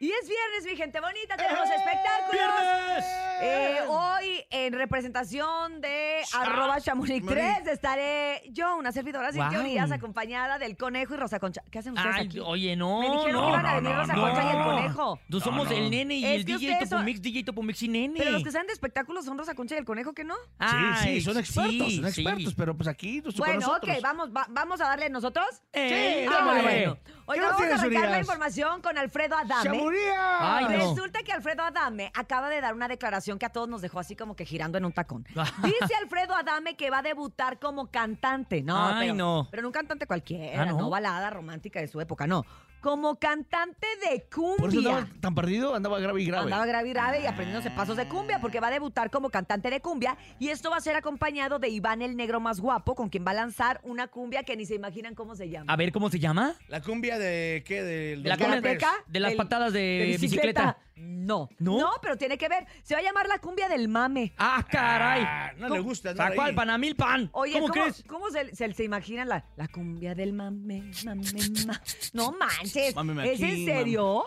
Y es viernes, mi gente bonita, tenemos espectáculos. Eh, hoy, en representación de arroba chamonix 3, estaré yo, una servidora sin Wow. teorías, acompañada del conejo y Rosa Concha. ¿Qué hacen ustedes Ay, aquí? oye, no. Me dijeron no, que iban a no, venir no, Rosa no, Concha y el no. conejo. Tú somos no. el nene y Es el que DJ ustedes son- Topomix, DJ Topomix y nene. Pero los que saben de espectáculos son Rosa Concha y el conejo, ¿que no? Sí, Ay, sí, son expertos, sí, son expertos, sí. pero pues aquí nos tocó a Bueno, ok, nosotros. vamos, va- vamos a darle nosotros. Eh, Ah, dale. bueno. ¿Qué Oiga, nos vamos a tienes, arrancar la Urias? información con Alfredo Adame. ¡Chamuría! Ay, no. Resulta que Alfredo Adame acaba de dar una declaración que a todos nos dejó así como que girando en un tacón. Dice Alfredo Adame que va a debutar como cantante. No, Ay, pero, no. Pero no un cantante cualquiera, Ah, ¿no? ¿no? balada romántica de su época, no. Como cantante de Por eso andaba cumbia. tan perdido, andaba grave y grave. Andaba grave y grave y aprendiéndose Ah. pasos de cumbia porque va a debutar como cantante de cumbia y esto va a ser acompañado de Iván el Negro Más Guapo con quien va a lanzar una cumbia que ni se imaginan cómo se llama. A ver, ¿cómo se llama? ¿La cumbia de qué? De, ¿La ¿De cumbia la peca? de las patadas de bicicleta? No. no. ¿No? pero tiene que ver. Se va a llamar la cumbia del mame. ¡Ah, caray! Ah, no le ¿Cómo- gusta andar ¿Sacó ahí? al Panamil Pan? Oye, ¿Cómo, ¿cómo, crees? cómo se, se, se imaginan la, la cumbia del mame, mame, mame? No manches. Mámeme ¿Es en aquí, serio?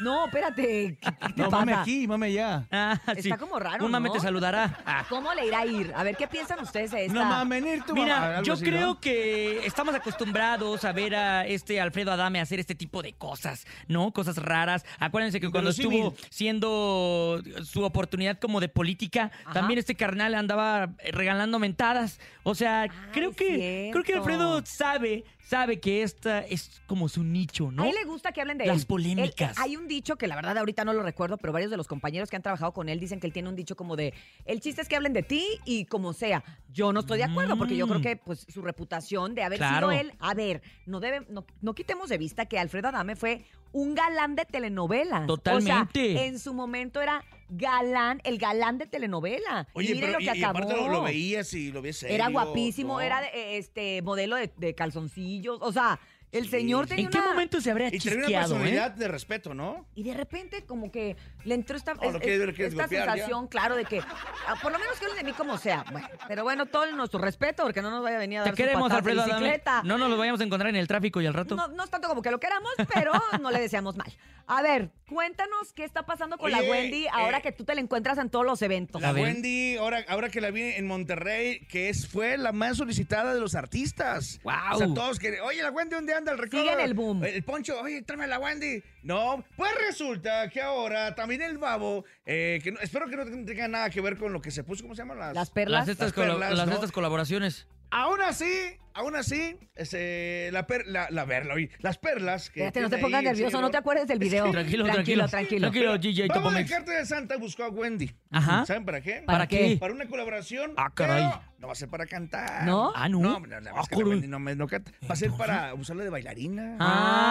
No, espérate. ¿Qué, qué te No, mame pasa? aquí, mame allá. Ah, Está como raro, Un mame ¿no? te saludará. ¿Cómo le irá a ir? A ver, ¿qué piensan ustedes de esta? No mames, venir tú, mamá, Mira, algo yo así, ¿no? creo que estamos acostumbrados a ver a este Alfredo Adame hacer este tipo de cosas, ¿no? Cosas raras. Acuérdense que cuando Inverosímil. estuvo siendo su oportunidad como de política, Ajá. también este carnal andaba eh, regalando mentadas. O sea, creo que Ah, cierto. creo que Alfredo sabe, sabe que esta es como su nicho, ¿no? A él le gusta que hablen de Las él. Él- polémicas. hay un dicho que la verdad ahorita no lo recuerdo, pero varios de los compañeros que han trabajado con él dicen que él tiene un dicho como de el chiste es que hablen de ti y como sea. Yo no estoy de acuerdo porque yo creo que pues su reputación de haber Mm. Claro. sido él, a ver, no debe no, no quitemos de vista que Alfredo Adame fue un galán de telenovela. O sea, Totalmente. en su momento era galán, el galán de telenovela. Y Oye, miren pero lo y, que y acabó. aparte lo, lo veías y lo veías serio, Era guapísimo, ¿no? era eh, este modelo de, de calzoncillos. O sea, el Sí. señor ¿En tenía ¿En qué una- momento se habría Y tenía una chisqueado, eh? personalidad de respeto, ¿no? Y de repente como que le entró esta, Oh, lo es- quieres ver, es- quieres esta golpear, ya. sensación, claro, de que ah, por lo menos que hablen de mí como sea. Bueno, pero bueno, todo nuestro respeto, porque no nos vaya a venir a Te dar su queremos, patada de Alfredo Adame. bicicleta. No nos lo vayamos a encontrar en el tráfico y al rato. No, no es tanto como que lo queramos, pero no le deseamos mal. A ver, cuéntanos qué está pasando con la Oye, Wendy ahora eh, que tú te la encuentras en todos los eventos. La A ver. Wendy, ahora, ahora que la vi en Monterrey, que es, fue la más solicitada de los artistas. Guau. O sea, todos que, oye, la Wendy, ¿dónde anda el recodo? Sigue en el boom. El poncho, oye, tráeme a la Wendy. No, pues resulta que ahora también el babo, eh, que no- espero que no tenga nada que ver con lo que se puso, ¿cómo se llaman las? Las perlas. Las estas, Las colo- perlas, las ¿no? estas colaboraciones. Aún así, aún así, este, la, per- la, la perla, oye, las perlas. Que Espérate, no te tiene pongas ahí el nervioso, no señor. te acuerdes del video. Tranquilo, tranquilo. tranquilo. tranquilo. Tranquilo, DJ Vamos de Topomix. carta de Santa buscó a Wendy. Ajá. ¿Saben para qué? ¿Para qué? Para una colaboración. Ah, caray. pero no va a ser para cantar. ¿No? Ah, no. No, la verdad Ah, es que la caray. Wendy no, me- no canta. Va a ser para usarla de bailarina.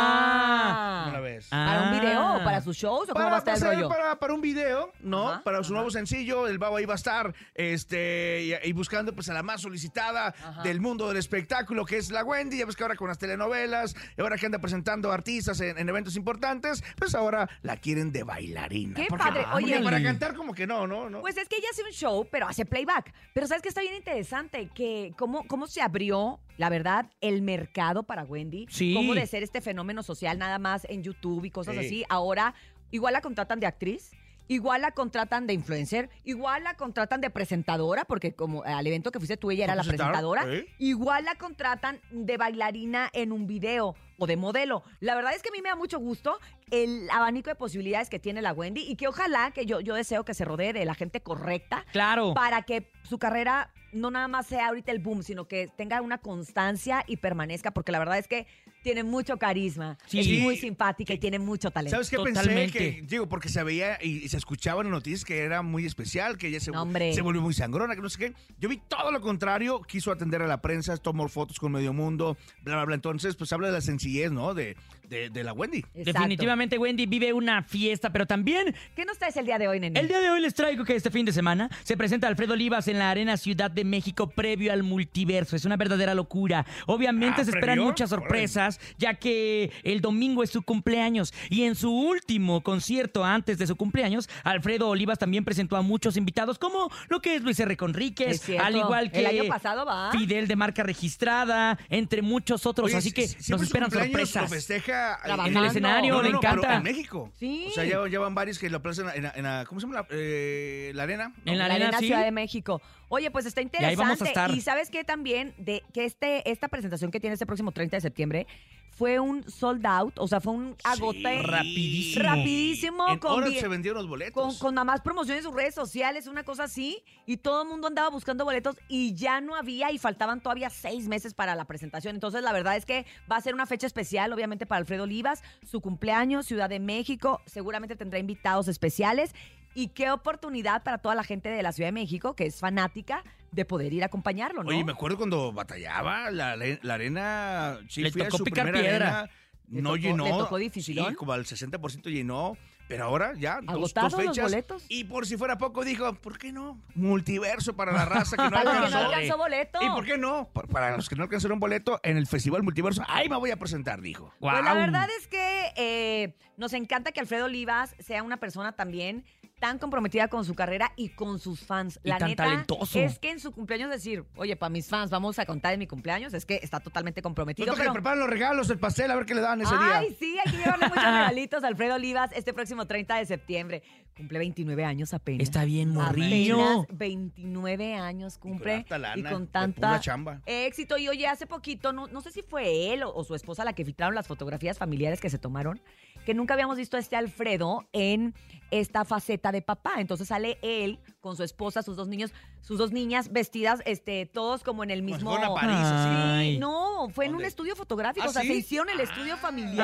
Ah. ¿Cómo la ves? Ah. ¿Para un video o para sus shows o cómo va a estar el va a ser rollo? Para, para un video, ¿no? Ajá, para su nuevo sencillo, el Babo ahí va a estar este, y, y buscando pues a la más solicitada del mundo del espectáculo, que es la Wendy. Ya ves que ahora con las telenovelas, y ahora que anda presentando artistas en, en eventos importantes, pues ahora la quieren de bailarina. ¡Qué Porque- padre! porque Oye, para cantar como que no, ¿no? no. Pues es que ella hace un show, pero hace playback. Pero sabes que está bien interesante que cómo, cómo se abrió, la verdad, el mercado para Wendy. Sí. Cómo de ser este fenómeno social nada más en YouTube y cosas Sí. así. Ahora igual la contratan de actriz. Igual la contratan de influencer, igual la contratan de presentadora, porque como al evento que fuiste tú, pues ella era la presentaron? presentadora, ¿Eh? igual la contratan de bailarina en un video o de modelo. La verdad es que a mí me da mucho gusto el abanico de posibilidades que tiene la Wendy y que ojalá que yo, yo deseo que se rodee de la gente correcta Claro. para que su carrera no nada más sea ahorita el boom, sino que tenga una constancia y permanezca, porque la verdad es que tiene mucho carisma, Sí. es muy simpática y tiene mucho talento. ¿Sabes qué Totalmente. pensé? Que, digo, porque se veía y, y se escuchaban las noticias que era muy especial, que ella se, No, hombre. se volvió muy sangrona, que no sé qué. Yo vi todo lo contrario, quiso atender a la prensa, tomó fotos con medio mundo, bla, bla, bla. Entonces, pues habla de la sencillez, ¿no? De, de, de la Wendy. Exacto. Definitivamente Wendy vive una fiesta, pero también ¿Qué nos traes el día de hoy, nene? el día de hoy les traigo que este fin de semana se presenta Alfredo Olivas en la Arena Ciudad de México previo al multiverso. Es una verdadera locura. Obviamente Ah, se esperan ¿previo? muchas sorpresas Vargas, ya que el domingo es su cumpleaños. Y en su último concierto antes de su cumpleaños, Alfredo Olivas también presentó a muchos invitados, como lo que es Luis R. Es Conríquez, cierto. al igual que El año pasado, ¿va? Fidel de marca registrada, entre muchos otros. Oye, Así que si- siempre nos su esperan cumpleaños sorpresas. Lo festeja eh, Trabajando. En en el escenario, le pero encanta. En México. Sí. O sea, ya, ya van varios que lo aplazan en, la- en la- ¿Cómo se llama la, eh, la arena? En la, arena, sí. Ciudad de México. Oye, pues está ahí interesante. vamos a estar. Y sabes qué también, de que este, esta presentación que tiene este próximo 30 de septiembre fue un sold out, o sea, fue un agote rapidísimo. rapidísimo, En con horas die- se vendieron los boletos. con, con nada más promoción en sus redes sociales, una cosa así, y todo el mundo andaba buscando boletos y ya no había y faltaban todavía seis meses para la presentación. Entonces, la verdad es que va a ser una fecha especial, obviamente, para Alfredo Olivas, su cumpleaños, Ciudad de México, seguramente tendrá invitados especiales. Y qué oportunidad para toda la gente de la Ciudad de México, que es fanática, de poder ir a acompañarlo, ¿no? Oye, me acuerdo cuando batallaba la, are- la arena. Sí, Le fui a tocó su picar primera piedra. arena, Le no tocó- llenó. le tocó dificilón. Sí, como al 60% llenó. Pero ahora ya, dos, dos Agotados los fechas. boletos. Y por si fuera poco, dijo, ¿por qué no? Multiverso para la raza que no Para los que no alcanzó. alcanzó boleto. ¿Y por qué no? Pa- Para los que no alcanzaron boleto, en el Festival Multiverso, ahí me voy a presentar, dijo. Pues la Guau. verdad es que eh, nos encanta que Alfredo Olivas sea una persona también tan comprometida con su carrera y con sus fans. Y la tan neta talentoso. es que en su cumpleaños decir, oye, para mis fans, vamos a contar en mi cumpleaños, es que está totalmente comprometido. Nosotros que pero- preparan los regalos, el pastel, a ver qué le dan ese día. Ay, sí, hay que llevarle muchos regalitos a Alfredo Olivas este próximo 30 de septiembre. Cumple 29 años apenas. Está bien, Apenas morrillo. 29 años cumple harta lana, y con de tanta pura chamba. éxito. Y oye, hace poquito, no, no sé si fue él o, o su esposa la que filtraron las fotografías familiares que se tomaron, que nunca habíamos visto a este Alfredo en esta faceta de papá. Entonces sale él con su esposa, sus dos niños, sus dos niñas vestidas, este, todos como en el Como si mismo. fuera una París, así. Ay. No, fue en un ¿Dónde? estudio fotográfico, ¿Ah, o sea, se sí? Ah. hicieron el estudio familiar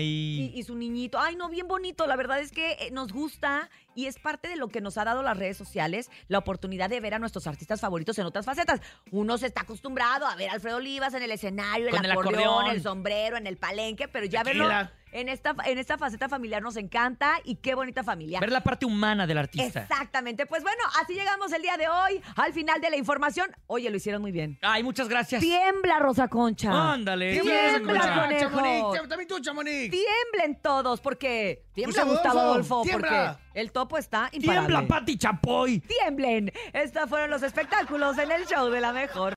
y, Ay. y su niñito. Ay, no, bien bonito. La verdad es que eh, nos gusta y es parte de lo que nos ha dado las redes sociales, la oportunidad de ver a nuestros artistas favoritos en otras facetas. Uno se está acostumbrado a ver a Alfredo Olivas en el escenario, el, Con el acordeón, acordeón. el sombrero, en el palenque, pero ya Tequila. verlo en esta, en esta faceta familiar nos encanta y qué bonita familia. Ver la parte humana del artista. Exactamente. Pues bueno, así llegamos el día de hoy al final de la información. Oye, lo hicieron muy bien. Ay, muchas gracias. Tiembla, Rosa Concha. Ándale. Tiembla, Concha. conejo. Chamonix, cham- también tú, Chamonix. Tiemblen todos, porque tiembla Gustavo Gustavo Pues, Adolfo, Adolfo, tiembla. porque el topo está imparable. Tiembla, Pati Chapoy. ¡Tiemblen! Estos fueron los espectáculos en el show de la mejor.